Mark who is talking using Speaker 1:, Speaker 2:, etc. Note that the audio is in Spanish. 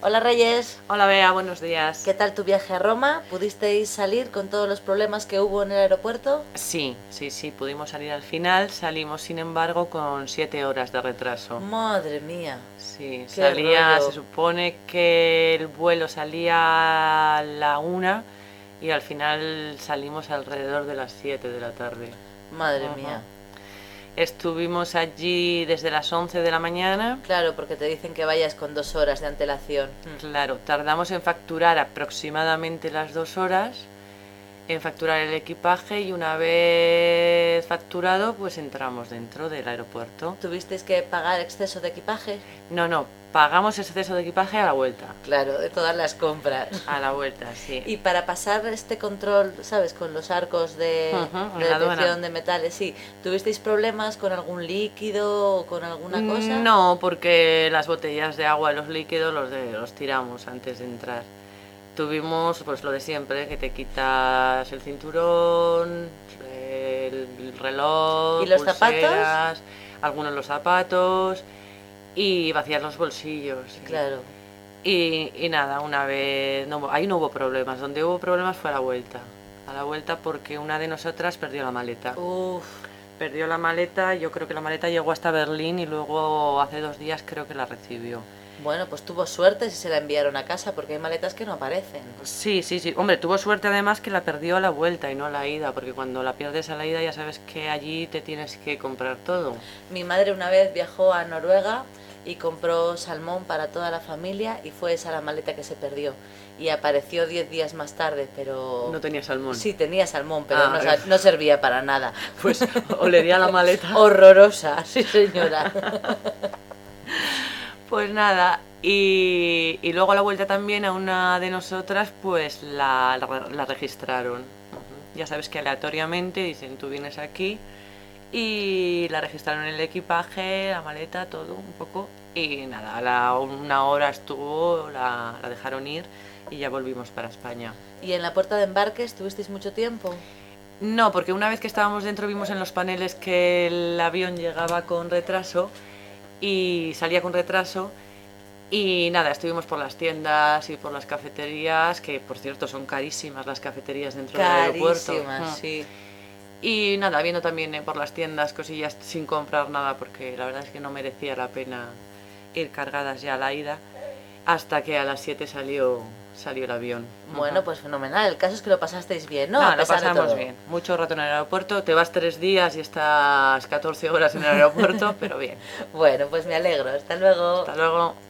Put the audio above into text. Speaker 1: Hola Reyes,
Speaker 2: Hola Bea, buenos días.
Speaker 1: ¿qué tal tu viaje a Roma? ¿Pudisteis salir con todos los problemas que hubo en el aeropuerto?
Speaker 2: Sí, sí, sí, pudimos salir al final, salimos sin embargo con siete horas de retraso.
Speaker 1: Madre mía.
Speaker 2: Sí, salía,
Speaker 1: Mm, rollo.
Speaker 2: se supone que el vuelo salía a la una y al final salimos alrededor de las 7 de la tarde.
Speaker 1: Madre
Speaker 2: Ajá.
Speaker 1: mía.
Speaker 2: Estuvimos allí desde las 11 de la mañana.
Speaker 1: Claro, porque te dicen que vayas con dos horas de antelación.
Speaker 2: Claro, tardamos en facturar aproximadamente las dos horas, en facturar el equipaje y una vez facturado, pues entramos dentro del aeropuerto.
Speaker 1: ¿Tuvisteis que pagar exceso de equipaje?
Speaker 2: No, no, pagamos exceso de equipaje a la vuelta.
Speaker 1: Claro, de todas las compras.
Speaker 2: A la vuelta, sí.
Speaker 1: Y para pasar este control, ¿sabes? Con los arcos de,
Speaker 2: Ujú, en
Speaker 1: de
Speaker 2: la aduana.
Speaker 1: detección de metales, sí. ¿Tuvisteis problemas con algún líquido o con alguna cosa?
Speaker 2: Mm, No, porque las botellas de agua, los líquidos, los, de, los tiramos antes de entrar. Tuvimos pues lo de siempre, que te quitas el cinturón, el reloj,
Speaker 1: ¿Y los zapatos?
Speaker 2: pulseras, algunos los zapatos y vacías los bolsillos. sí.
Speaker 1: Claro.
Speaker 2: Y, y nada, una vez, no hubo- ahí no hubo problemas, donde hubo problemas fue a la vuelta. A la vuelta porque una de nosotras perdió la maleta.
Speaker 1: Uf,
Speaker 2: Perdió la maleta, yo creo que la maleta llegó hasta Berlín y luego hace dos días creo que la recibió.
Speaker 1: bueno, pues tuvo suerte si se la enviaron a casa, porque hay maletas que no aparecen.
Speaker 2: Sí, sí, sí. Hombre, tuvo suerte además que la perdió a la vuelta y no a la ida, porque cuando la pierdes a la ida ya sabes que allí te tienes que comprar todo.
Speaker 1: Mi madre una vez viajó a Noruega y compró salmón para toda la familia y fue esa la maleta que se perdió. Y apareció 10 días más tarde, pero...
Speaker 2: No tenía salmón.
Speaker 1: Oh. Sí, tenía salmón, pero
Speaker 2: Ah,
Speaker 1: no,
Speaker 2: eh.
Speaker 1: sa- no servía para nada.
Speaker 2: Pues olería la maleta.
Speaker 1: Horrorosa, sí señora.
Speaker 2: Pues nada, y, y luego a la vuelta también a una de nosotras pues la, la- la registraron. Ujú. Ya sabes que aleatoriamente dicen tú vienes aquí y la registraron el equipaje, la maleta, todo un poco. Y nada, a la, una hora estuvo, la, la dejaron ir y ya volvimos para España.
Speaker 1: ¿Y en la puerta de embarque estuvisteis mucho tiempo?
Speaker 2: No, porque una vez que estábamos dentro vimos en los paneles que el avión llegaba con retraso y salía con retraso. Y nada, estuvimos por las tiendas y por las cafeterías, que por cierto son carísimas las cafeterías dentro del aeropuerto.
Speaker 1: Carísimas,
Speaker 2: Mm.
Speaker 1: sí.
Speaker 2: Y nada, viendo también eh, por las tiendas cosillas sin comprar nada, porque la verdad es que no merecía la pena ir cargadas ya a la ida, hasta que a las 7 salió, salió el avión.
Speaker 1: Bueno,
Speaker 2: Ujú.
Speaker 1: pues fenomenal. El caso es que lo pasasteis bien, ¿no?
Speaker 2: No,
Speaker 1: A
Speaker 2: Ah, lo
Speaker 1: pesar de
Speaker 2: pasamos
Speaker 1: todo.
Speaker 2: bien. Mucho rato en el aeropuerto, te vas tres días y estás 14 horas en el aeropuerto, pero bien.
Speaker 1: Bueno, pues me alegro. Hasta luego.
Speaker 2: Hasta luego.